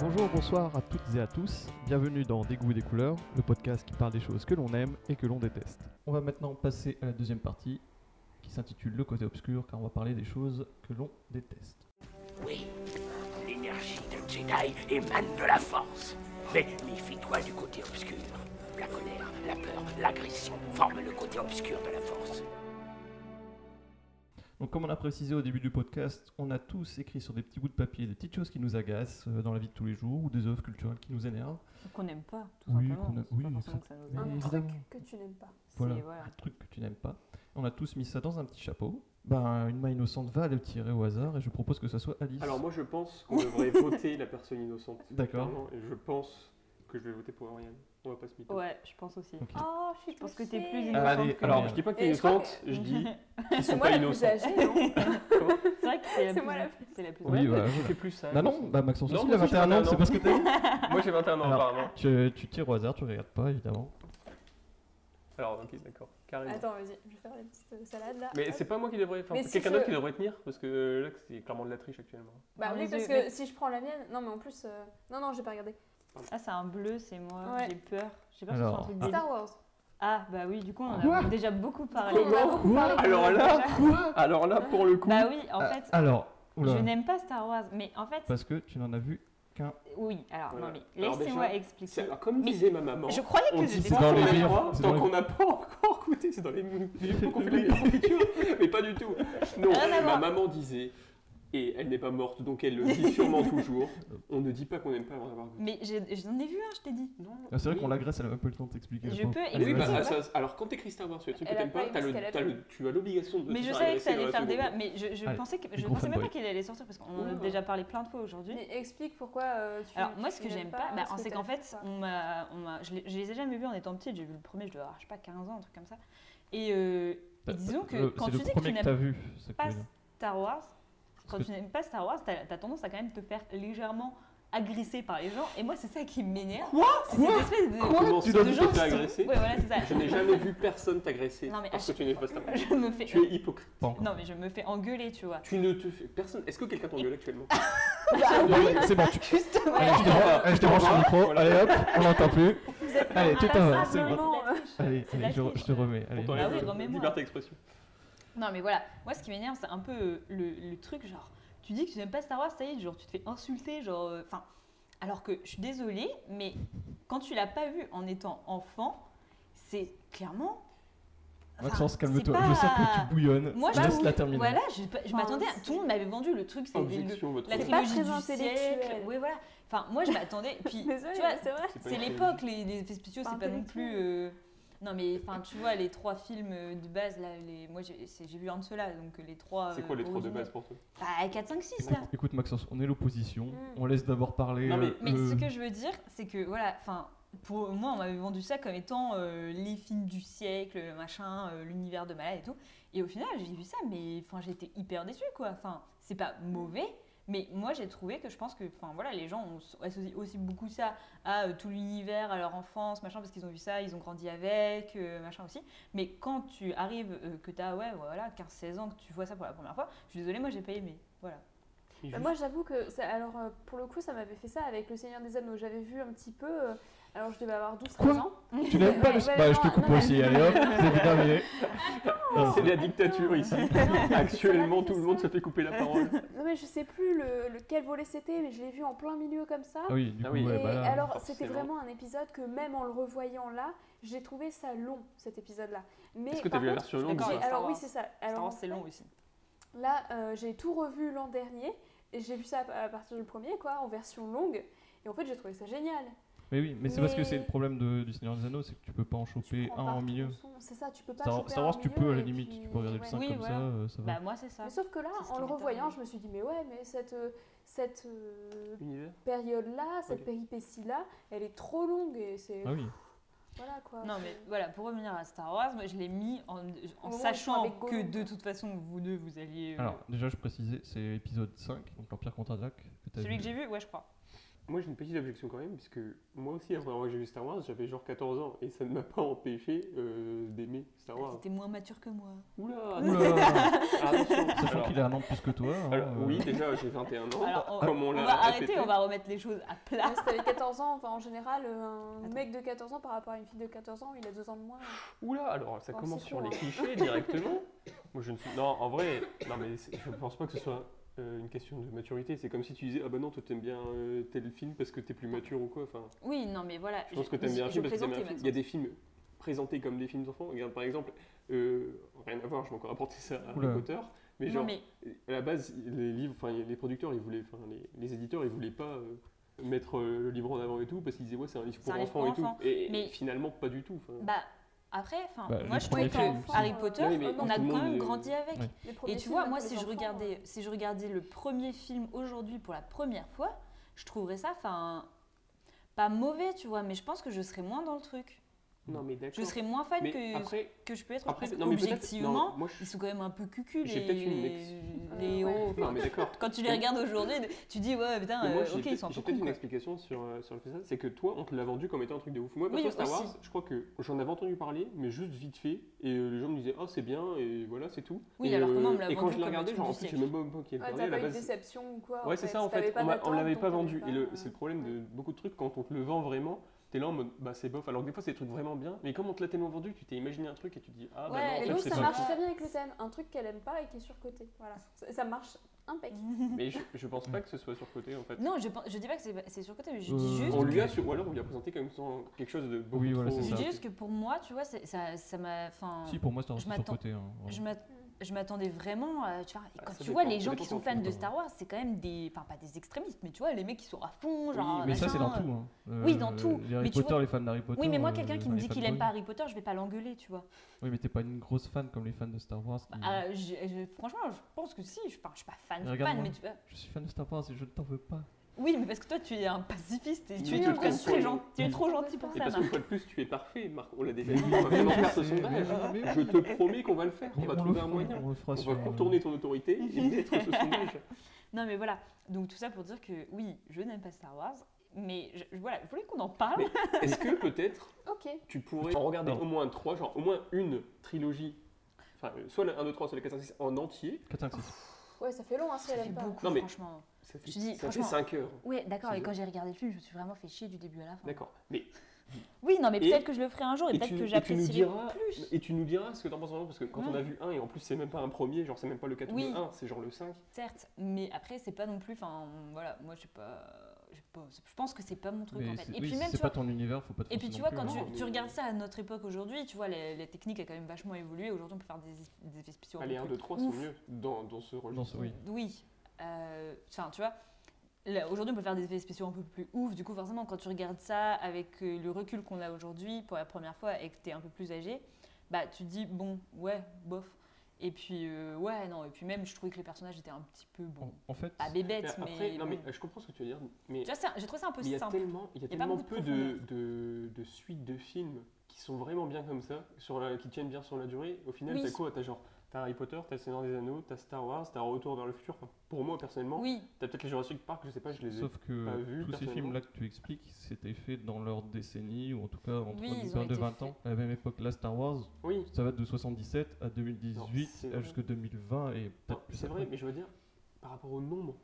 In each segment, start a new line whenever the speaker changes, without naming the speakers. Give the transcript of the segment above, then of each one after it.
Bonjour, bonsoir à toutes et à tous. Bienvenue dans Des goûts et des couleurs, le podcast qui parle des choses que l'on aime et que l'on déteste. On va maintenant passer à la deuxième partie qui s'intitule Le côté obscur car on va parler des choses que l'on déteste.
Oui, l'énergie d'un Jedi émane de la force. Mais méfie-toi du côté obscur. La colère, la peur, l'agression forment le côté obscur de la force.
Donc comme on a précisé au début du podcast, on a tous écrit sur des petits bouts de papier des petites choses qui nous agacent euh, dans la vie de tous les jours ou des œuvres culturelles qui nous énervent.
Qu'on n'aime pas, tout
Oui, qu'on a-
simplement. C'est
oui,
pas forcément
ça-
que ça nous
mais
aide.
un
évidemment.
truc que tu n'aimes pas.
C'est-
voilà.
voilà.
un truc que tu n'aimes pas. On a tous mis ça dans un petit chapeau. Ben, une main innocente va le tirer au hasard et je propose que ça soit Alice.
Alors moi je pense qu'on devrait voter la personne innocente.
D'accord.
Clairement, Et je pense que je vais voter pour Ariane. On va pas se mytho.
Ouais, je pense aussi.
Ok.
Oh, je suis
Je pense que t'es plus
touchée.
innocente
Allez,
que
Alors
merde.
je dis pas que t'es
Et je crois
innocente, je dis
C'est
qu'ils sont
moi
pas
la plus
innocents.
âgée, hein. non
C'est vrai que c'est la
C'est
plus.
moi la
C'est la plus.
Oui, voilà.
Je fais plus ça.
Bah non, bah Maxence
Non,
aussi, il
moi
a
aussi, j'ai
21 ans,
21
c'est parce que t'as dit.
Moi j'ai 21 ans
Alors-
apparemment.
tu, tu tires au hasard, tu regardes pas évidemment.
Alors ok d'accord, carrément.
Attends, vas-y, je vais faire la petite euh, salade là.
Mais
Hop.
c'est pas moi qui devrais, enfin
Ah, Mais
c'est
si
quelqu'un
je-
d'autre qui devrait tenir parce que euh, là c'est clairement de la triche actuellement.
Bah
Dans
oui,
les
parce
yeux,
que
mais-
si je prends la mienne. Non, mais en plus. euh, Non, non, j'ai pas regardé.
Ah, c'est un bleu, c'est moi.
Ouais.
J'ai peur. J'ai peur
Alors,
que ce soit un truc
ah.
débile.
Star Wars.
Ah, bah oui, du coup, on en
Quoi
a déjà beaucoup parlé.
Comment
Bah
beaucoup parlé de-
Alors là,
Quoi
Ah, alors là pour le coup.
oui, en fait,
Ah, Alors, oula,
je n'aime pas Star Wars, mais en fait,
parce que tu n'en as vu.
oui, alors, non,
Voilà.
mais
Alors
laissez-moi
déjà, c'est-
expliquer.
alors, comme
Mais-
disait ma maman,
Je croyais
on
que
dit
j'étais
ça
pas
dans
qu'on
les
a le
livres,
droit
c'est dans
tant
les-
qu'on n'a pas encore goûté, c'est dans les vieux qu'on fait les confitures, mais pas du tout. Non,
Rien à
ma
voir.
maman disait, et elle n'est pas morte, donc elle le dit sûrement toujours, on ne dit pas qu'on n'aime pas en avoir goûté.
Mais j'ai- j'en ai vu un, je t'ai dit.
Non,
Ah, c'est vrai
oui.
qu'on l'agresse, elle a même pas eu le temps de t'expliquer.
Je
le
peux
point.
Mais
Allez,
oui, bah,
expliquer.
vas-y.
ah, ça- alors quand t'écris Star Wars sur le truc que
Elle a
t'aimes
pas
pas,
aimé
t'as
ce
le-
qu'elle a
t'as
fait.
le- tu as l'obligation de te
Mais je
faire
savais que
agresser
ça
dans
allait
la
faire débat,
seconde.
mais je, je
Allez,
pensais que
les
je
gros
pensais même pas
fanboys.
qu'il allait sortir parce qu'on en a
Ouais.
déjà parlé plein de fois aujourd'hui.
Mais explique pourquoi euh, tu.
Alors moi
tu
ce que
n'aimes
j'aime pas,
euh,
bah,
ce que
c'est
t'as
qu'en
fait,
fait
quoi.
on m'a, on m'a- je, les- je les ai jamais vus en étant petite, j'ai vu le premier, je dois avoir je sais pas 15 ans, un truc comme ça. Et, euh, et disons que
Euh,
quand
c'est
tu
le
dis que tu
premier que t'as
n'aimes
vu. c'est
pas
que-
Star Wars, quand
que-
tu n'aimes pas Star Wars, t'as as tendance à quand même te faire légèrement agresser par les gens. et moi c'est ça qui m'énerve. Quoi C'est cette espèce de...
Comment
Tu
tu
dois
dois
gens
te
qui
faire
sont-
agresser
Ouais voilà c'est ça.
Je n'ai jamais vu personne t'agresser
Non, mais
parce
à
que tu n'es pas Star Wars.
Je me fais...
Tu es hypocrite.
Pas encore.
Non mais je me fais engueuler tu vois.
Tu ne te fais... Personne... Est-ce que quelqu'un t'engueule actuellement
bah,
C'est bon, tu...
Justement.
Allez, je
t'en
débranche-
vas.
allez, je débranche le micro.
Voilà.
Allez hop, on l'entend plus. Allez, tout en bas, c'est bon.
Simplement, euh,
Allez,
c'est de la
allez je,
triche.
je te remets. Allez.
On
Ah
t'enlève
oui,
le-
remets-moi.
liberté d'expression.
Non mais voilà, moi ce qui m'énerve c'est un peu euh, le, le truc genre, tu dis que tu n'aimes pas Star Wars, ça y est, genre tu te fais insulter, genre, euh, enfin, alors que je suis désolée, mais quand tu l'as pas vu en étant enfant, c'est clairement... enfin,
Maxence,
c'est
calme-toi.
pas-
Je sais que tu bouillonnes.
Moi,
Laisse
j'avoue,
la terminer.
Voilà, je, je m'attendais, à...
Enfin,
tout le monde m'avait vendu le truc, c'est le-
Objection, votre
la
C'est
honte.
pas
trilogie
très
du siècle,
intellectuel.
oui voilà, enfin moi je m'attendais, puis
Désolée,
tu vois,
mais c'est vrai.
pas
c'est
une trilogie.
l'époque, les, les effets spéciaux,
Pas
c'est pas non
intellectuel.
plus. euh, Non, mais enfin, tu vois, les trois films euh, de base, là, les... moi j'ai c'est- j'ai vu un de ceux-là, donc euh, les trois.
C'est quoi
euh,
les trois de
originaux.
base pour toi
Bah, 4, 5, 6 là.
Écoute- Écoute, Maxence, on est l'opposition.
Mm.
On laisse d'abord parler.
Non, mais-
euh,
Mais
euh,
ce que je veux dire, c'est que voilà, enfin, pour moi, on m'avait vendu ça comme étant euh, les films du siècle, machin, euh, l'univers de malade et tout. Et au final, j'ai vu ça, mais enfin, j'étais hyper déçue quoi. Enfin, c'est pas mauvais. Mais moi j'ai trouvé que je pense que enfin voilà les gens ont associé aussi beaucoup ça à euh, tout l'univers, à leur enfance, machin parce qu'ils ont vu ça, ils ont grandi avec, euh, machin aussi. Mais quand tu arrives euh, que tu as ouais voilà 15 16 ans que tu vois ça pour la première fois, je suis désolée moi j'ai pas aimé. Voilà.
Bah, moi, j'avoue que, ça, alors euh, pour le coup, ça m'avait fait ça avec Le Seigneur des Anneaux. J'avais vu un petit peu, euh, alors je devais avoir 12-13 ans.
Tu n'aimes pas le.
Ouais, ouais,
Bah, je te
non,
coupe
non,
aussi.
non.
Allez hop, c'est terminé. Ah,
C'est la dictature ici. Actuellement, tout le monde se fait couper la parole.
Non, mais je sais plus le, lequel volet c'était, mais je l'ai vu en plein milieu comme ça.
Ah oui, du
Ah
coup,
oui.
ouais,
et
bah là.
alors, c'était
forcément.
vraiment un épisode que même en le revoyant là, j'ai trouvé ça long, cet épisode-là. Mais
Est-ce que t'as
par
vu la
contre-
version
je suis
longue ou
d'accord
pas
avec- Star
Alors
Wars.
oui, c'est ça. Alors,
Star
en
Wars, c'est long aussi.
fait, Là, euh, j'ai tout revu l'an dernier, et j'ai vu ça à à partir du premier, quoi, en version longue. Et en fait, j'ai trouvé ça génial.
Mais oui, mais c'est parce que
Mais-
c'est le problème de- du Seigneur des Anneaux, c'est que tu peux pas en choper
prends
un
par
en
ton
milieu.
son, C'est ça, tu peux pas.
Star,
choper
Star
un
Wars, tu
milieu
peux à la
et
limite,
puis-
tu peux regarder le
ouais.
5
Oui,
comme
voilà.
ça, euh, ça va.
Bah moi c'est ça.
Mais sauf que là,
C'est ce qui
en le
m'étonne,
revoyant,
oui.
je me suis dit, mais ouais, mais cette, euh, cette euh,
Univers
période-là, cette
Ok.
péripétie-là, elle est trop longue et c'est.
Ah oui.
Voilà quoi.
Non mais voilà, pour revenir à Star Wars, moi je l'ai mis en, en
Au moment où
sachant
ils sont avec
que
Gollum,
de
quoi.
toute façon vous deux vous alliez... euh,
Alors, déjà, je précisais, c'est épisode 5, donc l'Empire contre-attaque. que t'as
celui
vu.
que j'ai vu, ouais je crois.
Moi, j'ai une petite objection quand même, parce que moi aussi, la première fois que j'ai vu Star Wars, j'avais genre 14 ans, et ça ne m'a pas empêché euh, d'aimer Star Wars.
T'étais moins mature que moi.
Oula
Oula,
Attention
Sachant
Alors-
qu'il a un an de plus que toi. hein,
alors,
euh,
oui, déjà, j'ai 21 ans.
Alors, on,
Oh, bah, comme on,
on
l'a
va
répété.
arrêter, on va remettre les choses à plat.
Mais si t'avais 14 ans, enfin, en général, euh, un
Attends.
mec de 14 ans par rapport à une fille de 14 ans, il a 2 ans de moins.
Oula, alors ça
Oh,
commence
c'est
sur
chaud,
les
hein.
clichés directement. Moi, je ne suis... Non, en vrai, non, mais c'est- je ne pense pas que ce soit euh, une question de maturité. C'est comme si tu disais, ah bah non, toi t'aimes bien euh, tel film parce que t'es plus mature ou quoi. Enfin,
Oui, non, mais voilà.
je pense que t'aimes bien un
je
film parce que t'aimes
plaisantais,
bien un film. Il y a des films présentés comme des films d'enfants. Regarde, par exemple, euh, rien à voir, je vais encore apporter ça à
Oula.
l'auteur. Mais
Maxence.
genre,
Non, mais
à la base, les livres, enfin, les producteurs, ils voulaient, enfin, les, les éditeurs, ils voulaient pas euh, mettre euh, le livre en avant et tout parce qu'ils disaient, ouais, c'est un livre
C'est
pour
un livre
enfants et
pour
tout. Et
Mais-
finalement, pas du tout. enfin.
bah, après, enfin,
Bah,
moi
les
je
premiers
trouve
films,
que Harry
c'est-
Potter,
Oui, mais
on
on
tout
a
le
quand
monde,
même
euh,
grandi avec.
Ouais.
Les premiers
Et tu
films
vois,
pour
moi,
les
si je,
enfants,
regardais,
euh,
si je regardais le premier film aujourd'hui pour la première fois, je trouverais ça, enfin, pas mauvais, tu vois, mais je pense que je serais moins dans le truc.
Non, mais d'accord.
Je serais moins fan
Mais
que,
après,
que je peux être.
Après,
parce
non, mais peut-être-
objectivement,
non, moi, je-
ils sont quand même un peu cucu,
J'ai
les,
peut-être une
les,
ex-
les
Euh, ouais.
hauts.
Non, mais d'accord.
Quand tu les regardes aujourd'hui, tu dis, ouais, putain,
Mais moi,
euh,
j'ai
ok, ils
peut-être-
sont un
j'ai
peu
peut-être
cons,
une
quoi.
explication sur, euh, sur le fait ça. C'est que toi, on te l'a vendu comme étant un truc de ouf. Moi,
Oui,
perso, Star
aussi.
Wars, je crois que j'en avais entendu parler, mais juste vite fait. Et euh, les gens me disaient, ah, c'est bien, et voilà, c'est tout.
Oui,
et, euh,
alors que moi, on me l'a
Et quand
vendu
je l'ai
comme le
regardé,
truc
genre, en
du
plus, je
siècle.
sais même pas quand qui est
Ouais,
regardé
t'as
à la
pas eu de
base.
Ah, déception ou quoi
Ouais, c'est ça en
t'avais
fait.
pas
On m'a- On
d'attente,
l'avait
donc
pas
t'avais
vendu.
pas,
Et le-
euh,
c'est le problème de beaucoup de trucs, quand on te le vend vraiment, t'es là en mode bah c'est bof. Alors que des fois, c'est des trucs vraiment bien, mais comme on te l'a tellement vendu, tu t'es imaginé un truc et tu te dis ah bah
Ouais,
non, en
Et
fait,
l'eau,
c'est
ça
pas
marche
fou.
très bien avec le thème. Un truc qu'elle aime pas et qui est surcoté. Voilà. Ça, ça marche impec.
Mais je, je pense pas que ce soit surcoté en fait.
Non, je, pense- je dis pas que c'est- c'est surcoté, mais je
Euh,
dis juste.
On lui a sur- ou alors on lui a présenté comme sans quelque chose de beaucoup
Oui, voilà,
trop-
c'est ça.
Je dis juste que pour moi, tu vois, c'est- ça ça m'a. enfin,
Si, pour moi, c'est un
Je
sur
m'attends-
côté. hein,
je
vraiment.
m'att- je m'attendais vraiment à. Tu vois, et
Ah,
quand
ça
tu vois
dépend,
les
ça
gens
dépend
qui sont
de ton
fans de
film,
Star Wars, c'est quand même des. Enfin, pas des extrémistes, mais tu vois, les mecs qui sont à fond, genre.
Oui,
Mais ça, c'est dans
machin,
tout. hein.
Oui, dans
Euh,
tout.
Les Harry
Mais tu
Potter,
vois-
les fans d'Harry
hein.
Potter.
Oui, mais moi,
euh,
quelqu'un qui
enfin,
me
les
dit qu'il aime pas
fanboys.
Harry Potter, je vais pas l'engueuler, tu vois.
Oui, mais t'es pas une grosse fan comme les fans de Star Wars. qui-
Ah, je- je- franchement, je pense que si. Je, enfin, je suis pas fan,
Mais
fan,
regarde-moi.
mais tu vois.
Je suis fan de Star Wars et je ne t'en veux pas.
Oui, mais parce que toi, tu es un pacifiste et tu
Mais
es
tu le
quelqu'un de
conçois,
très
non
gentil. Tu es trop gentil pour
Et
Et
ça,
parce
Marc.
qu'une fois de plus, tu es parfait, Marc. On l'a déjà dit. On va vraiment faire ce sondage.
Mais
Je te promets qu'on va le faire. On
Mais
va
on le
trouver un
fera-
moyen.
On le fera
On va
sur. euh,
contourner ton autorité et mettre ce sondage.
Non, mais voilà. Donc, tout ça pour dire que oui, je n'aime pas Star Wars, mais je, je- voilà, je voulais qu'on en parle.
Mais- Est-ce que peut-être
Ok.
tu pourrais en regarder au moins trois, genre au moins une trilogie, enfin euh, soit le 1, 2, 3, soit le 4, 5, 6 en entier.
4, 5, 6.
Ouais, ça fait long hein, si
Ça
elle
fait
aime pas.
beaucoup,
Non, mais-
franchement.
Ça fait,
Je dis,
ça fait
franchement.
5 heures.
Ouais, d'accord.
C'est
Et
vrai.
quand j'ai regardé le film, je me suis vraiment fait chier du début à la fin.
D'accord. Mais
Oui, non, mais
Et-
peut-être que je le ferai un jour et,
et
peut-être
tu-
que
et tu nous
j'apprécierai
diras-
plus.
et tu nous diras ce que t'en penses vraiment parce que quand on a vu un et en plus c'est même pas un premier, genre c'est même pas le 4
Oui.
ou le 1, c'est genre le 5.
Certes, mais après, c'est pas non plus. Enfin, voilà, moi, je sais pas. Je sais pas, je pense que c'est pas mon truc en
Mais
fait.
c'est-
Et
oui,
puis
si
même, tu
c'est
vois,
pas ton univers, faut pas te
Et puis
forcer
tu
non
vois,
plus,
quand
hein.
tu,
non,
tu
mais-
regardes ça à notre époque aujourd'hui, tu vois, la, la technique a quand même vachement évolué. Aujourd'hui, on peut faire des, des effets spéciaux.
Ah, les
un
1,
peu
2, 3
ouf.
sont mieux dans, dans ce
Non,
registre.
c'est- oui.
Oui. Euh, Enfin, tu vois, là, aujourd'hui, on peut faire des effets spéciaux un peu plus ouf. Du coup, forcément, quand tu regardes ça avec euh, le recul qu'on a aujourd'hui pour la première fois et que t'es un peu plus âgé, bah, tu te dis, bon, ouais, bof. Et puis, euh, ouais, non. Et puis même, je trouvais que les personnages étaient un petit peu,
Ah,
bon,
En- En fait,
pas
Mais
bébêtes, mais.
Après, non mais
bon.
euh, je comprends ce que tu veux dire, mais
Tu vois, c'est un- j'ai trouvé ça un peu
Mais il y a
simple.
tellement, il y a
Il y a pas
tellement
beaucoup
peu
de
de, de, de suites de films qui sont vraiment bien comme ça, sur la, qui tiennent bien sur la durée. Au final,
Oui.
t'as quoi T'as genre t'as Harry Potter, t'as le Seigneur des Anneaux, t'as Star Wars, t'as Retour vers le futur. Enfin, pour moi personnellement,
Oui,
t'as peut-être les Jurassic Park, je sais pas, je les ai.
sauf
pas
que
vu, hein.
tous ces
personnellement.
films-là que tu expliques, c'était fait dans leur décennie, ou en tout cas entre
Oui,
une
ils ont
vingtaine de
été
20 ans, à la même époque. Là, Star Wars,
Oui,
ça va de 77 à
Non, c'est
2018,
vrai.
jusqu'à 2020, et
non,
peut-être plus
c'est
après.
vrai, mais je veux dire par rapport au nombre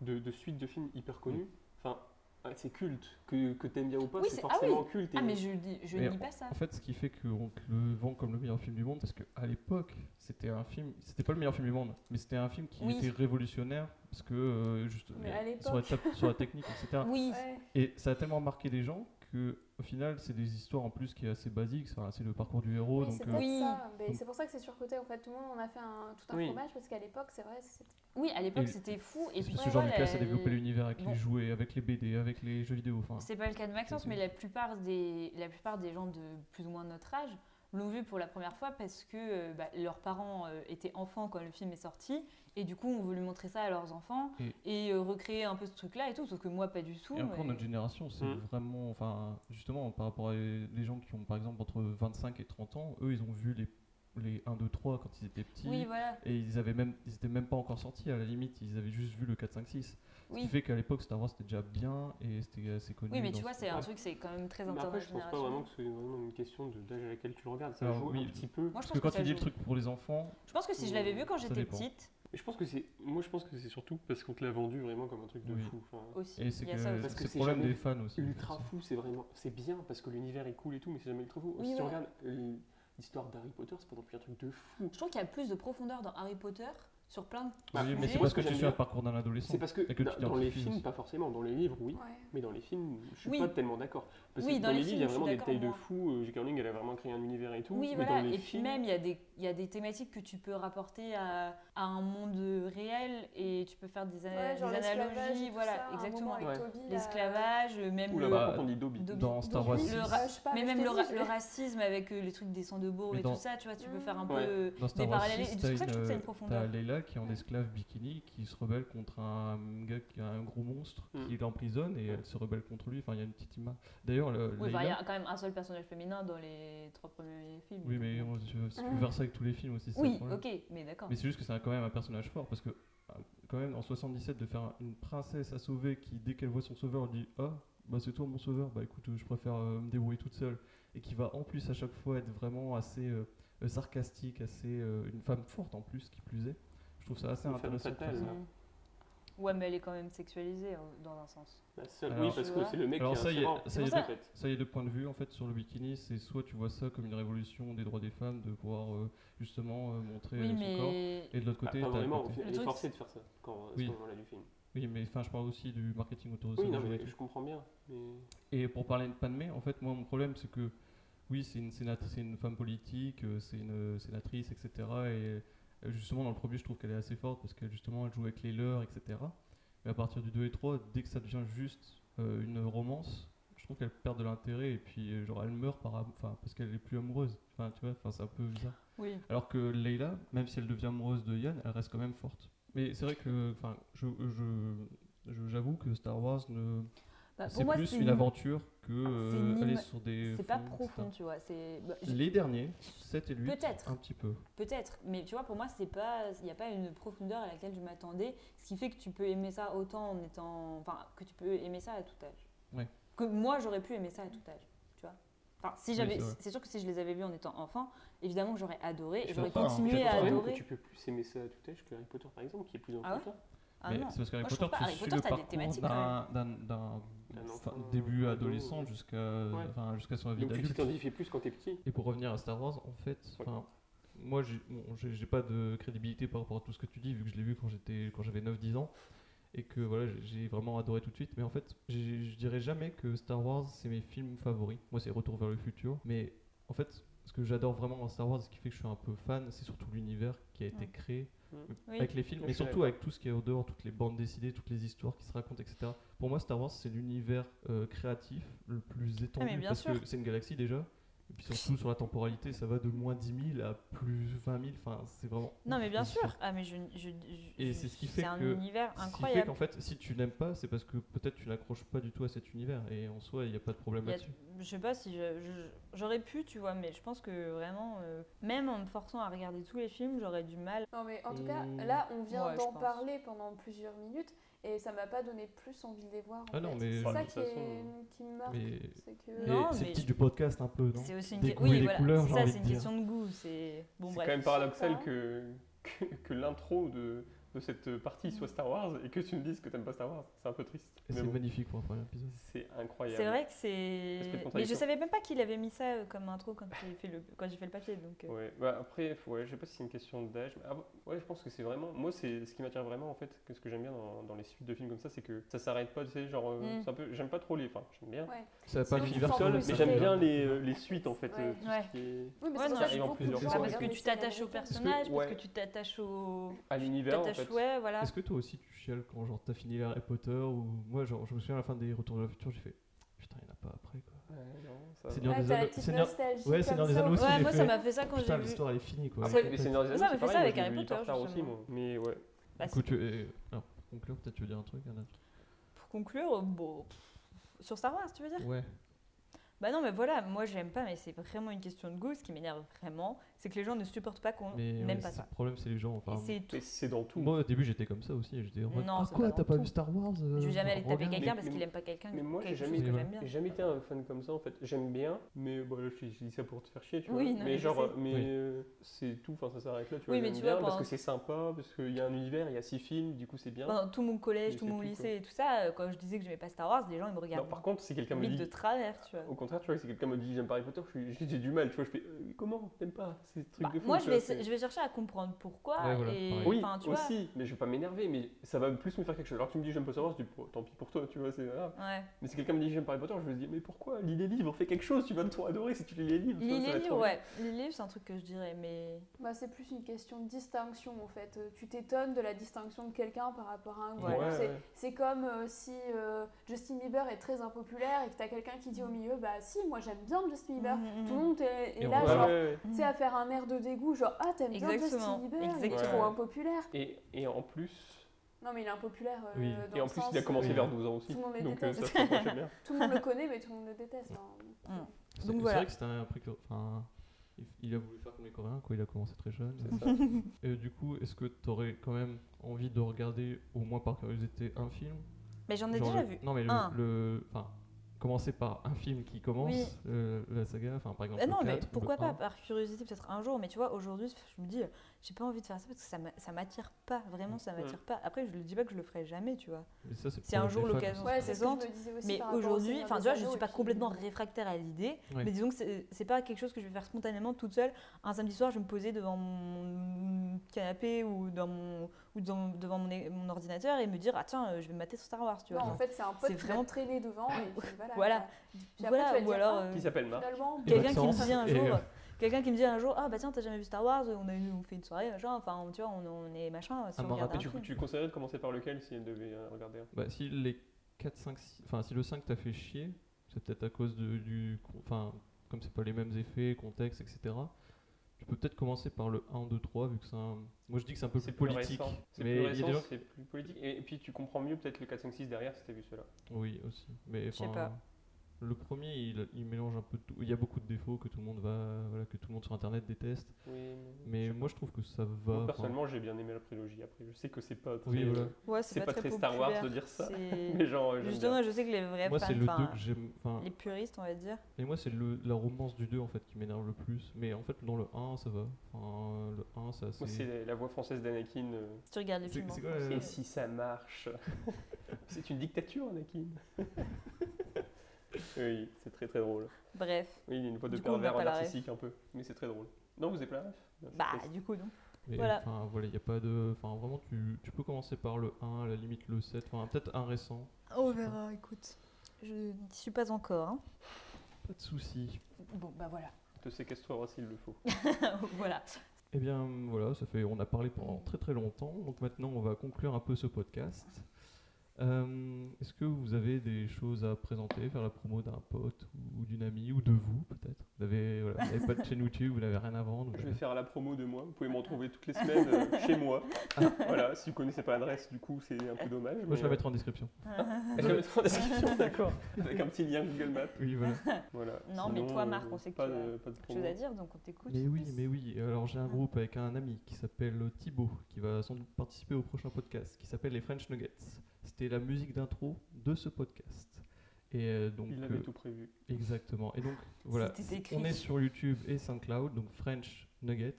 de, de suites de films hyper connus, enfin ah, c'est culte que, que t'aimes bien ou pas,
Oui,
c'est
c'est- ah oui.
forcément culte. et-
ah mais je dis, je
Mais
ne dis pas ça.
En fait, ce qui fait qu'on te le vend comme le meilleur film du monde, parce qu'à l'époque, c'était un film, c'était pas le meilleur film du monde, mais c'était un film qui
Oui.
était révolutionnaire, parce que euh, juste
Mais à
sur la,
l'époque.
ta- sur la technique, etc.
Oui.
Ouais.
Et ça a tellement marqué les gens que, au final, c'est des histoires en plus qui est assez basique. Enfin, c'est le parcours du héros,
Oui,
donc
c'est
euh,
peut-être
Oh, Oui.
ça. Mais
donc-
c'est pour ça que c'est surcoté. En fait, tout le monde en a fait un, tout un
Oui.
fromage parce qu'à l'époque, c'est vrai, c'était
Oui, à l'époque
Et-
c'était fou. Et
c'est
puis
parce
tu
que Jean
vois,
Lucas a
la-
développé l'univers avec
bon.
les jouets, avec les BD, avec les jeux vidéo. Enfin,
C'est pas le cas de Maxence,
c'est-
mais la plupart des, la plupart des gens de plus ou moins notre âge l'ont vu pour la première fois parce que euh, bah, leurs parents euh, étaient enfants quand le film est sorti et du coup on voulu montrer ça à leurs enfants et euh, recréer un peu ce truc-là et tout. Sauf que moi pas du tout.
Mm.
euh,
et encore
mais-
notre génération, c'est
Mm.
vraiment, enfin, justement, par rapport à les gens qui ont par exemple entre 25 et 30 ans, eux, ils ont vu les les 1, 2, 3 quand ils étaient petits.
Oui, voilà.
Et ils avaient même, ils étaient même pas encore sortis à la limite, ils avaient juste vu le 4, 5, 6. Ce qui
Oui.
fait qu'à l'époque Star Wars c'était déjà bien et c'était assez connu.
Oui, mais tu
dans
vois,
ce-
c'est un
Ouais.
truc, c'est quand même très
Mais après, je pense pas vraiment
intergénérationnel.
que c'est vraiment une question de- d'âge à laquelle tu le regardes. Ça
Alors,
joue
oui.
un petit peu.
Moi, je
Parce
pense
que
que,
quand
ça
tu dis le
joue.
truc pour les enfants,
Je pense que si je l'avais vu quand
Ça
j'étais
dépend.
petite
Et je pense que c'est. Moi, je pense que c'est surtout parce qu'on te l'a vendu vraiment comme un truc de
Oui.
fou. enfin,
aussi,
et c'est
il y
que
a ça aussi.
Parce
c'est
que
le
c'est
problème
jamais
des fans aussi.
ultra fou, c'est vraiment. C'est bien parce que l'univers est cool et tout, mais c'est jamais ultra fou.
Oui,
si tu
voilà. Ah,
regardes euh, l'histoire d'Harry Potter, c'est pas non plus un truc de fou.
Je trouve qu'il y a plus de profondeur dans Harry Potter sur plein de.
Bah,
Oui, mais
moi,
c'est
moi,
parce
ce
que
j'aime
tu suis
bien,
un parcours d'un adolescent.
C'est parce que
et que tu
dans, dans les
t'identifies
films,
aussi.
pas forcément. Dans les livres, oui.
Ouais.
Mais dans les films, je suis
Oui.
pas tellement d'accord. Parce
Oui,
que
dans
dans,
les
les livres, il y
films,
a
je
vraiment
suis
des
d'accord,
détails de
moi.
fou. euh, J.K. Rowling, elle a vraiment créé un univers et tout.
Oui,
mais
voilà.
dans les
Et puis
films,
même, il y, a des- il y a des thématiques que tu peux rapporter à, à un monde réel et tu peux faire des, ana-
Ouais,
des
genre l'esclavage et
Euh, analogies.
tout
Voilà,
ça, à un moment
exactement.
avec
Ouais.
Toby, là,
L'esclavage, euh, même
Ou
le.
là-bas, quand on dit Dobby.
Dobby.
Dans Star Wars
Dobby,
6,
Le
euh, je sais pas,
mais
je
même
t'ai
le,
dit,
ra-
je-
le racisme avec euh, les trucs des sangs de bourre
Mais
et
dans-
tout ça, tu vois, tu peux faire un
Mm.
peu
Ouais.
euh,
dans Star
des
Wars
parallèles.
6,
Et C'est
t'as
pour ça que je trouve que ça a une
une- t'as
profondeur.
Leila qui est en
Ouais.
esclave bikini qui se rebelle contre un gars qui a un gros monstre
Mm.
qui l'emprisonne et
Ouais.
elle se rebelle contre lui. Enfin, il y a une petite image. D'ailleurs, le-
Oui, enfin, il y
Leila-
a quand même un seul personnage féminin dans les trois premiers films.
Oui, mais on- je- si tu veux
Mm.
faire ça avec tous les films aussi, c'est ça le
Ah. Oui,
problème.
ok, mais d'accord.
Mais c'est juste que c'est un- quand même un personnage fort parce que ah, quand même en 77 de faire une princesse à sauver qui dès qu'elle voit son sauveur lui dit ah bah c'est toi mon sauveur bah écoute euh, je préfère euh, me débrouiller toute seule et qui va en plus à chaque fois être vraiment assez euh, euh, sarcastique assez euh, une femme forte en plus qui plus est je trouve ça assez
Une femme
intéressant de faire
fatale.
ça.
Mm. Ouais, mais elle est quand même sexualisée euh, dans un sens.
la seule-
Alors-
oui, parce que c'est le mec
Alors
qui
ça y est,
un
ça y
est,
en fait.
Ça il y a deux points de vue en fait sur le bikini c'est soit tu vois ça comme une révolution des droits des femmes de pouvoir euh, justement euh, montrer
Oui,
euh, son corps
mais.
et de l'autre
Ah,
côté
pas
t'as le
vraiment,
côté-
elle
Le
est
truc,
forcée de faire ça quand, à
Oui.
ce moment-là du film.
oui mais enfin je parle aussi du marketing autour de ça
Oui,
de
non,
jouer
mais
avec
je comprends bien. Mais...
Et pour parler de Padmé, en fait, moi, mon problème, c'est que oui, c'est une, sénatrice- c'est une femme politique, euh, c'est une sénatrice, etc. Et euh, justement, dans le premier, je trouve qu'elle est assez forte parce qu'elle justement, elle joue avec les leurs, etc. Mais à partir du 2 et 3, dès que ça devient juste euh, une romance, je trouve qu'elle perd de l'intérêt et puis, euh, genre, elle meurt par, am- enfin, parce qu'elle est plus amoureuse. Enfin, tu vois, enfin, c'est un peu bizarre.
Oui.
Alors que Leila, même si elle devient amoureuse de Yann, elle reste quand même forte. Mais c'est vrai que, enfin, je, je- je- j'avoue que Star Wars ne
Ah, Bah,
c'est plus une aventure que
c'est
euh,
une
aller
im-
sur des.
C'est pas
fonds,
profond,
etc.
tu vois. C'est. bah, je-
Les derniers, 7 et 8,
Peut-être.
un petit peu.
Peut-être, mais tu vois, pour moi, c'est pas, il n'y a pas une profondeur à laquelle je m'attendais, ce qui fait que tu peux aimer ça autant en étant, enfin, que tu peux aimer ça à tout âge.
Ouais.
Que moi, j'aurais pu aimer ça à tout âge, tu vois. Enfin, si j'avais,
c'est vrai.
c'est sûr que si je les avais vus en étant enfant, évidemment que j'aurais adoré
Je
et j'aurais
comprends, hein, je
continué à
comprends.
Même que
adorer.
tu peux plus aimer ça à tout âge que Harry Potter par exemple, qui est plus
Ah ouais
enfantin.
Ah
Mais
non.
c'est parce qu'Harry
Moi, je
Potter,
trouve pas
tu
Harry
suis
Potter,
le
t'as des
parcours
thématiques, quand
d'un, d'un, d'un-
D'un
enfin,
enfant
début
ado.
adolescent jusqu'à
Ouais.
enfin, jusqu'à son vie
Donc tu
d'adulte.
t'identifies plus quand t'es petit.
Et pour revenir à Star Wars, en fait,
Ouais.
enfin, moi, j'ai bon, j'ai- j'ai pas de crédibilité par rapport à tout ce que tu dis, vu que je l'ai vu quand j'étais- quand j'avais 9-10 ans, et que voilà, j'ai- j'ai vraiment adoré tout de suite. Mais en fait, j'ai- je dirais jamais que Star Wars, c'est mes films favoris. Moi, c'est Retour vers le futur. Mais en fait, ce que j'adore vraiment en Star Wars, ce qui fait que je suis un peu fan, c'est surtout l'univers qui a été
Ouais.
créé
Oui.
avec les films,
Ouais,
mais
je suis
surtout avec tout ce qui est au dehors, toutes les bandes dessinées, toutes les histoires qui se racontent, etc. Pour moi, Star Wars, c'est l'univers euh, créatif le plus étendu
Ah, bien
parce
sûr.
que c'est une galaxie déjà. Et puis surtout sur la temporalité, ça va de moins 10 000 à plus 20 000. Enfin, c'est vraiment.
Non,
ouf,
mais bien
l'histoire.
sûr. Ah, mais je, je- je-
Et
je-
c'est ce qui fait
un
que-
univers
Ce qui fait
incroyable.
qu'en fait, si tu n'aimes pas, c'est parce que peut-être tu n'accroches pas du tout à cet univers. Et en soi, il n'y a pas de problème
Il y a-
là-dessus.
je sais pas si je- je- j'aurais pu, tu vois, mais je pense que vraiment, euh, même en me forçant à regarder tous les films, j'aurais du mal.
Non mais en tout cas,
Hmm.
là on vient
Ouais, je
d'en
pense.
parler pendant plusieurs minutes et ça m'a pas donné plus envie de les voir. en
Ah non,
fait.
mais-
c'est
Bah,
ça
de
qui,
toute façon,
est... qui me marque.
mais-
C'est que...
Et
Non,
c'est
mais-
le titre du podcast un peu, non
C'est aussi une
Des
que-
goûts et des couleurs, j'ai envie
ça,
de
c'est une
dire.
question de goût. C'est bon,
c'est
bref.
quand même
Je
paradoxal
sais pas.
que, que, que l'intro de, de cette partie soit Star Wars et que tu me dises que t'aimes pas Star Wars. C'est un peu triste.
Et
Mais
C'est
bon,
magnifique pour un premier épisode.
c'est incroyable.
C'est vrai que
Esprit de
c'est. Mais je
contradiction.
savais même pas qu'il avait mis ça euh, comme intro quand j'ai fait le quand j'ai fait le papier. Donc. euh,
Ouais, bah après, faut- ouais, je sais pas si c'est une question d'âge. mais ah bon, ouais, je pense que c'est vraiment. Moi, c'est ce qui m'attire vraiment en fait. Que ce que j'aime bien dans, dans les suites de films comme ça, c'est que ça s'arrête pas. Tu sais, genre, euh,
Mm.
c'est un peu. J'aime pas trop les. Enfin, j'aime bien.
Ouais,
Ça va pas
Sinon, tu
l'univers
t'en
seul,
Seul,
fous,
mais
c'est
j'aime
vrai.
bien les, euh, les suites en fait.
Ouais.
euh, tout ce
Ouais.
qui est
Oui, mais
Ouais,
c'est
non,
pour
ça
ça que j'ai
arrive en
beaucoup
plusieurs
de gens
Ah,
fois.
à
parce que
regarder
tu
ces
t'attaches au
séries.
personnage, parce
ouais.
que tu t'attaches au.
À
Tu
l'univers en
t'attaches,
fait.
ouais, voilà.
Est-ce que toi aussi tu chiales quand genre t'as fini les Harry Potter ou moi genre je me souviens à la fin des Retours de la Future j'ai fait putain il n'y en a pas après quoi.
Ouais, non, ça va.
Seigneur
Ouais,
des
t'as la
Anneaux.
Bah, petite
Seigneur-
nostalgie
Ouais,
comme
Seigneur des
ça,
Anneaux aussi.
Ouais,
j'ai
moi
fait,
ça m'a fait ça quand j'ai
Putain
vu.
l'histoire elle est finie quoi. Bah,
Après,
Ouais.
les Seigneurs des
Mais
Anneaux,
ça,
c'est
mais fais ça
pareil,
avec
moi, je
Harry
l'ai vu
Potter,
tard aussi,
justement.
moi. Mais ouais.
Bah,
Du coup, tu- euh, alors, pour conclure peut-être tu veux dire un truc Anna
euh, Pour conclure, bon, pff, sur Star Wars, tu veux dire
Ouais.
Bah non, mais voilà, moi j'aime pas, mais c'est vraiment une question de goût. Ce qui m'énerve vraiment, c'est que les gens ne supportent pas qu'on
Mais
n'aime
ouais,
pas
c'est-
ça.
le problème, c'est les gens. Enfin,
Et c'est tout.
Mais C'est dans tout.
moi, au début, j'étais comme ça aussi. J'étais en mode,
Non,
ah,
c'est
quoi,
pas
t'as
dans
pas
tout.
vu Star Wars
Je vais
euh,
jamais aller taper
regarde.
quelqu'un
Mais-
parce qu'il aime pas quelqu'un.
mais moi, j'ai
quelque
jamais
chose que
été-
j'aime bien.
J'ai jamais été un fan comme ça en fait. J'aime bien, mais bon, là, je, te- je dis ça pour te faire chier, tu vois.
Oui, non, mais
mais
je
genre,
sais.
euh, mais
Oui.
euh, c'est tout, enfin ça s'arrête là, tu vois.
Oui, mais
j'aime
tu vois,
bien parce
pendant-
que c'est sympa, parce qu'il y a un univers, il y a six films, du coup c'est bien.
Pendant tout mon collège,
Mais
tout
c'est
mon
tout, quoi.
lycée et tout ça, euh, quand je disais que j'aimais pas Star Wars, les gens ils me
non,
regardent
par contre, si quelqu'un me
limite de
dit,
travers, tu vois.
au contraire, tu vois, si quelqu'un me dit j'aime Harry Potter, je suis- j'ai j'ai du mal, tu vois. Je fais euh, comment T'aimes pas C'est des trucs
Bah,
de fou.
moi,
tu
je
vois,
vais,
c'est-
je vais chercher à comprendre pourquoi.
Ouais, voilà,
et,
pareil.
Oui,
enfin, tu
aussi, mais je vais pas m'énerver, mais ça va plus me faire quelque chose. Alors tu me dis j'aime pas Star Wars, je dis tant pis pour toi, tu vois, c'est ah, voilà.
Vois, ouais.
Mais si quelqu'un me dit j'aime Harry Potter, je me dis mais pourquoi Lis les livres, fais quelque chose, tu vas te trop adorer si tu lis les livres. tu vois,
Lire les
ça va être
livres,
trop bien.
ouais. Lire les livres, c'est un truc que je dirais, mais.
Bah, c'est plus une question de distinction en fait. Euh, Tu t'étonnes de la distinction de quelqu'un par rapport à un groupe.
Ouais,
c'est,
ouais.
c'est comme euh, si euh, Justin Bieber est très impopulaire et que t'as quelqu'un qui dit au milieu Bah si, moi j'aime bien Justin Bieber.
Mhm, mhm.
Tout le monde est, est
Hmm. Et on
là,
va-
Ouais,
genre,
ouais, ouais.
mm.
tu sais, à faire un air de dégoût, genre Ah, t'aimes bien Justin
Exactement,
Bieber, il est
exactement.
trop
Ouais.
impopulaire.
Et, et en plus,
Non, mais il est impopulaire. euh,
Oui.
dans
et en
le
plus
sens,
il a commencé
Oui.
vers 12 ans aussi.
Tout le monde les
donc euh,
déteste.
ça se rapproche bien.
Tout le monde le connaît, mais tout le monde le déteste. hein.
C'est-
Donc
c'est
voilà.
vrai que c'était un précurseur. Enfin, il- il a voulu faire comme les Coréens, quoi. Il a commencé très jeune.
C'est ça.
Et du coup, est-ce que t'aurais quand même envie de regarder, au moins par curiosité, un film
Mais j'en ai
Genre
déjà
le-
vu.
Non, mais le.
un.
le- enfin, commencer par un film qui commence
Oui.
euh, la saga, enfin par exemple.
Ah
le
non, mais
4 ou le
pourquoi pas
1.
Par curiosité, peut-être un jour. Mais tu vois, aujourd'hui, je me dis, euh, j'ai pas envie de faire ça parce que ça m'a- ça m'attire pas. Vraiment, ça
Ouais.
m'attire pas. Après, je ne dis pas que je le ferai jamais, tu vois.
Mais ça, c'est
Si
pour
un
les
jour
fans,
l'occasion
ça.
Ouais, c'est ce que je
présente,
me disais aussi.
Mais
par rapport au
aujourd'hui,
Seigneur
enfin,
des
tu vois, je
Anneaux
suis
et
pas
puis- euh,
complètement réfractaire à l'idée,
Ouais.
mais disons que c'est c'est pas quelque chose que je vais faire spontanément toute seule. Un samedi soir, je vais me poser devant mon canapé ou, dans mon, ou dans- devant mon, é- mon ordinateur et me dire, ah tiens, euh, je vais me mater sur Star Wars, tu
Non,
vois.
en fait, c'est un pote
C'est
qui
vraiment-
va te traîner devant et puis voilà.
Voilà.
quoi. Puis après,
Voilà,
tu vas te
ou
dire,
alors.
ah,
euh,
Qui s'appelle Marc
Finalement,
Et
Quelqu'un qui me
Maxence,
dit un
et,
jour,
euh,
quelqu'un qui me dit un jour, ah bah tiens t'as jamais vu Star Wars, on a eu, on fait une soirée, machin, enfin tu vois, on, on est machin, si
Ah,
on
m'en
regarde
rappelle,
un
Tu,
film.
tu conseillerais de commencer par lequel si elle devait euh, regarder un
Bah, si les 4, 5, 6... Enfin, si le 5 t'a fait chier, c'est peut-être à cause de, du... con- Enfin, comme c'est pas les mêmes effets, contexte, etc. Tu peux peut-être commencer par le 1, 2, 3, vu que c'est un... Moi, je dis que c'est un peu plus
C'est
politique.
récent. C'est
mais il
plus
y a des
récent,
gens...
c'est plus politique. Et, et puis tu comprends mieux peut-être le 4, 5, 6 derrière si t'as vu cela.
Oui, aussi. Mais
Je sais
enfin,
pas.
Le premier, il, il mélange un peu tout. Il y a beaucoup de défauts que tout le monde va... Voilà, que tout le monde sur Internet déteste.
Oui,
Mais moi, je trouve que ça va... enfin,
personnellement, j'ai bien aimé la prélogie. Après, je sais que c'est pas très,
Oui, voilà.
Ouais,
c'est pas très Star
populaire,
Wars de dire ça.
c'est-
Mais genre, euh, j'aime
Justement,
bien.
je sais que les vrais
Moi,
fans,
c'est le 2
enfin,
que j'aime... Enfin,
les puristes on va dire,
Et moi, c'est le- la romance du 2, en fait, qui m'énerve le plus. Mais en fait, dans le 1, ça va. Enfin, le 1, ça...
Moi, c'est la- la voix française d'Anakin. euh,
si tu regardes les
C'est-
films hein. en
c'est quoi,
français.
euh,
Et si ça marche C'est une dictature, Anakin. oui, c'est très très drôle.
euh,
Bref,
Oui, il y a une voix de
Du coup, on
pervers
n'a pas la ref.
narcissique un peu, mais c'est très drôle. Non, vous avez pas la ref Non, c'est
bah
triste.
du coup non.
Mais
Voilà.
Enfin, voilà, il n'y a pas de. Enfin, vraiment, tu, tu peux commencer par le 1, à la limite le 7, enfin, peut-être un récent.
On verra, écoute. Je n'y suis pas encore. hein.
Pas de souci.
Bon bah voilà.
Te séquestrera s'il le faut.
voilà.
Eh bien, voilà, ça fait. On a parlé pendant très très longtemps, donc maintenant, on va conclure un peu ce podcast. Euh, Est-ce que vous avez des choses à présenter, faire la promo d'un pote ou d'une amie ou de vous peut-être Vous n'avez voilà, vous n'avez pas de chaîne YouTube, vous n'avez rien à vendre. vous
Je vais
n'avez-
faire la promo de moi. Vous pouvez me retrouver toutes les semaines euh, chez moi. Voilà, si vous connaissez pas l'adresse, du coup, c'est un peu dommage.
Moi, je la
mais,
mettrai en description.
euh, je la mettrai en description, d'accord. Avec un petit lien Google Maps.
Oui, voilà.
Voilà. euh,
Non, mais toi, Marc, on sait que
pas
tu as
de, pas de
Chose
promo.
à dire, donc on t'écoute.
Mais oui, mais oui. Et Alors j'ai un groupe avec un ami qui s'appelle Thibaut, qui va sans doute participer au prochain podcast, qui s'appelle les French Nuggets. C'était la musique d'intro de ce podcast. Et euh, donc
Il avait
euh,
tout prévu.
exactement. Et donc voilà,
C'était écrit.
on est sur YouTube et SoundCloud, donc French Nuggets.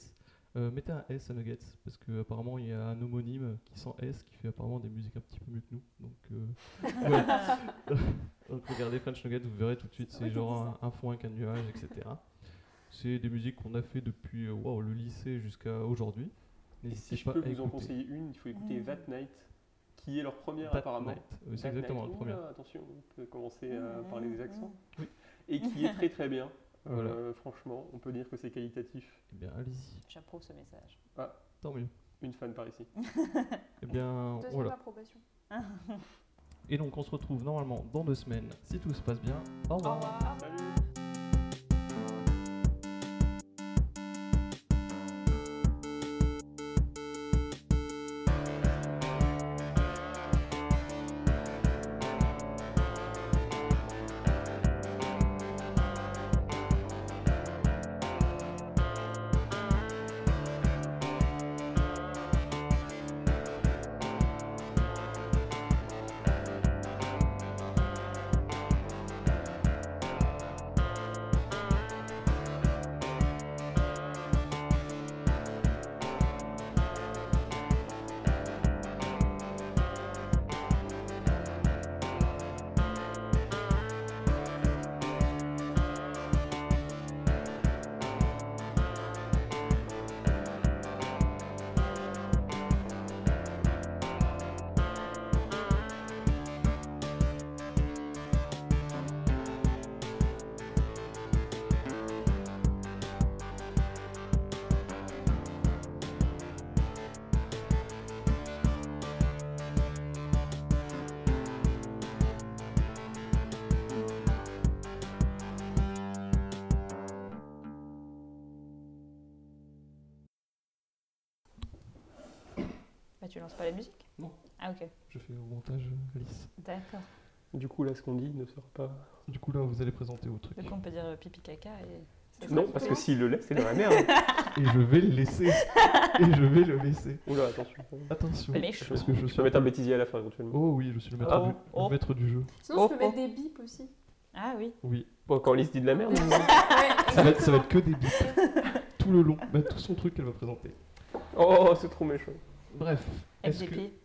Euh, mettez un S à Nuggets parce que apparemment il y a un homonyme qui sent S qui fait apparemment des musiques un petit peu mieux que nous. Donc euh, voilà. Donc, regardez French Nuggets, vous verrez tout de suite,
C'est vrai
c'est
qu'il dit
genre un, un foin qu'un nuage, etc. C'est des musiques qu'on a fait depuis euh, waouh, le lycée jusqu'à aujourd'hui.
Et si
N'hésitez
je
pas
peux
à
vous en
écouter.
conseiller une, il faut écouter
Mm.
That Night, qui est leur première
That
apparemment.
Night. Euh, C'est
That
exactement
Night.
la première.
Oula, attention, on peut commencer à
Mmh,
parler
mmh,
des accents.
mmh. Oui.
Et qui est très très bien.
Voilà.
Euh, franchement, on peut dire que c'est qualitatif.
Eh bien, allez-y.
J'approuve ce message.
Tant mieux.
Une fan par ici.
Eh bien,
Deuxième
voilà.
approbation.
Et donc, on se retrouve normalement dans deux semaines, si tout se passe bien. Au
Au
revoir.
revoir.
Salut
Mais Bah, tu lances pas la musique
Non.
Ah ok,
Je fais au montage euh, lisse.
d'accord.
Du coup, là, ce qu'on dit ne sera pas.
Du coup, là, vous allez présenter vos trucs.
Donc on peut dire euh, pipi caca et... ça
Non,
sera-
parce que s'il le laisse, c'est dans la merde.
Et je vais le laisser. Et je vais le laisser.
Oula, attention.
Attention.
Méchant.
Parce que je
Je vais
suis.
mettre un bêtisier à la fin éventuellement.
Oh oui, je suis le maître,
Oh,
du... le
oh.
maître du jeu.
Sinon,
Oh,
je peux
oh.
mettre des bips aussi.
Ah oui.
Oui.
Bon, quand Lise dit de la merde.
Ça va être, ça va être que des bips. tout le long. Bah, tout son truc qu'elle va présenter.
Oh, c'est trop méchant.
Bref. Est-ce que-
FDP.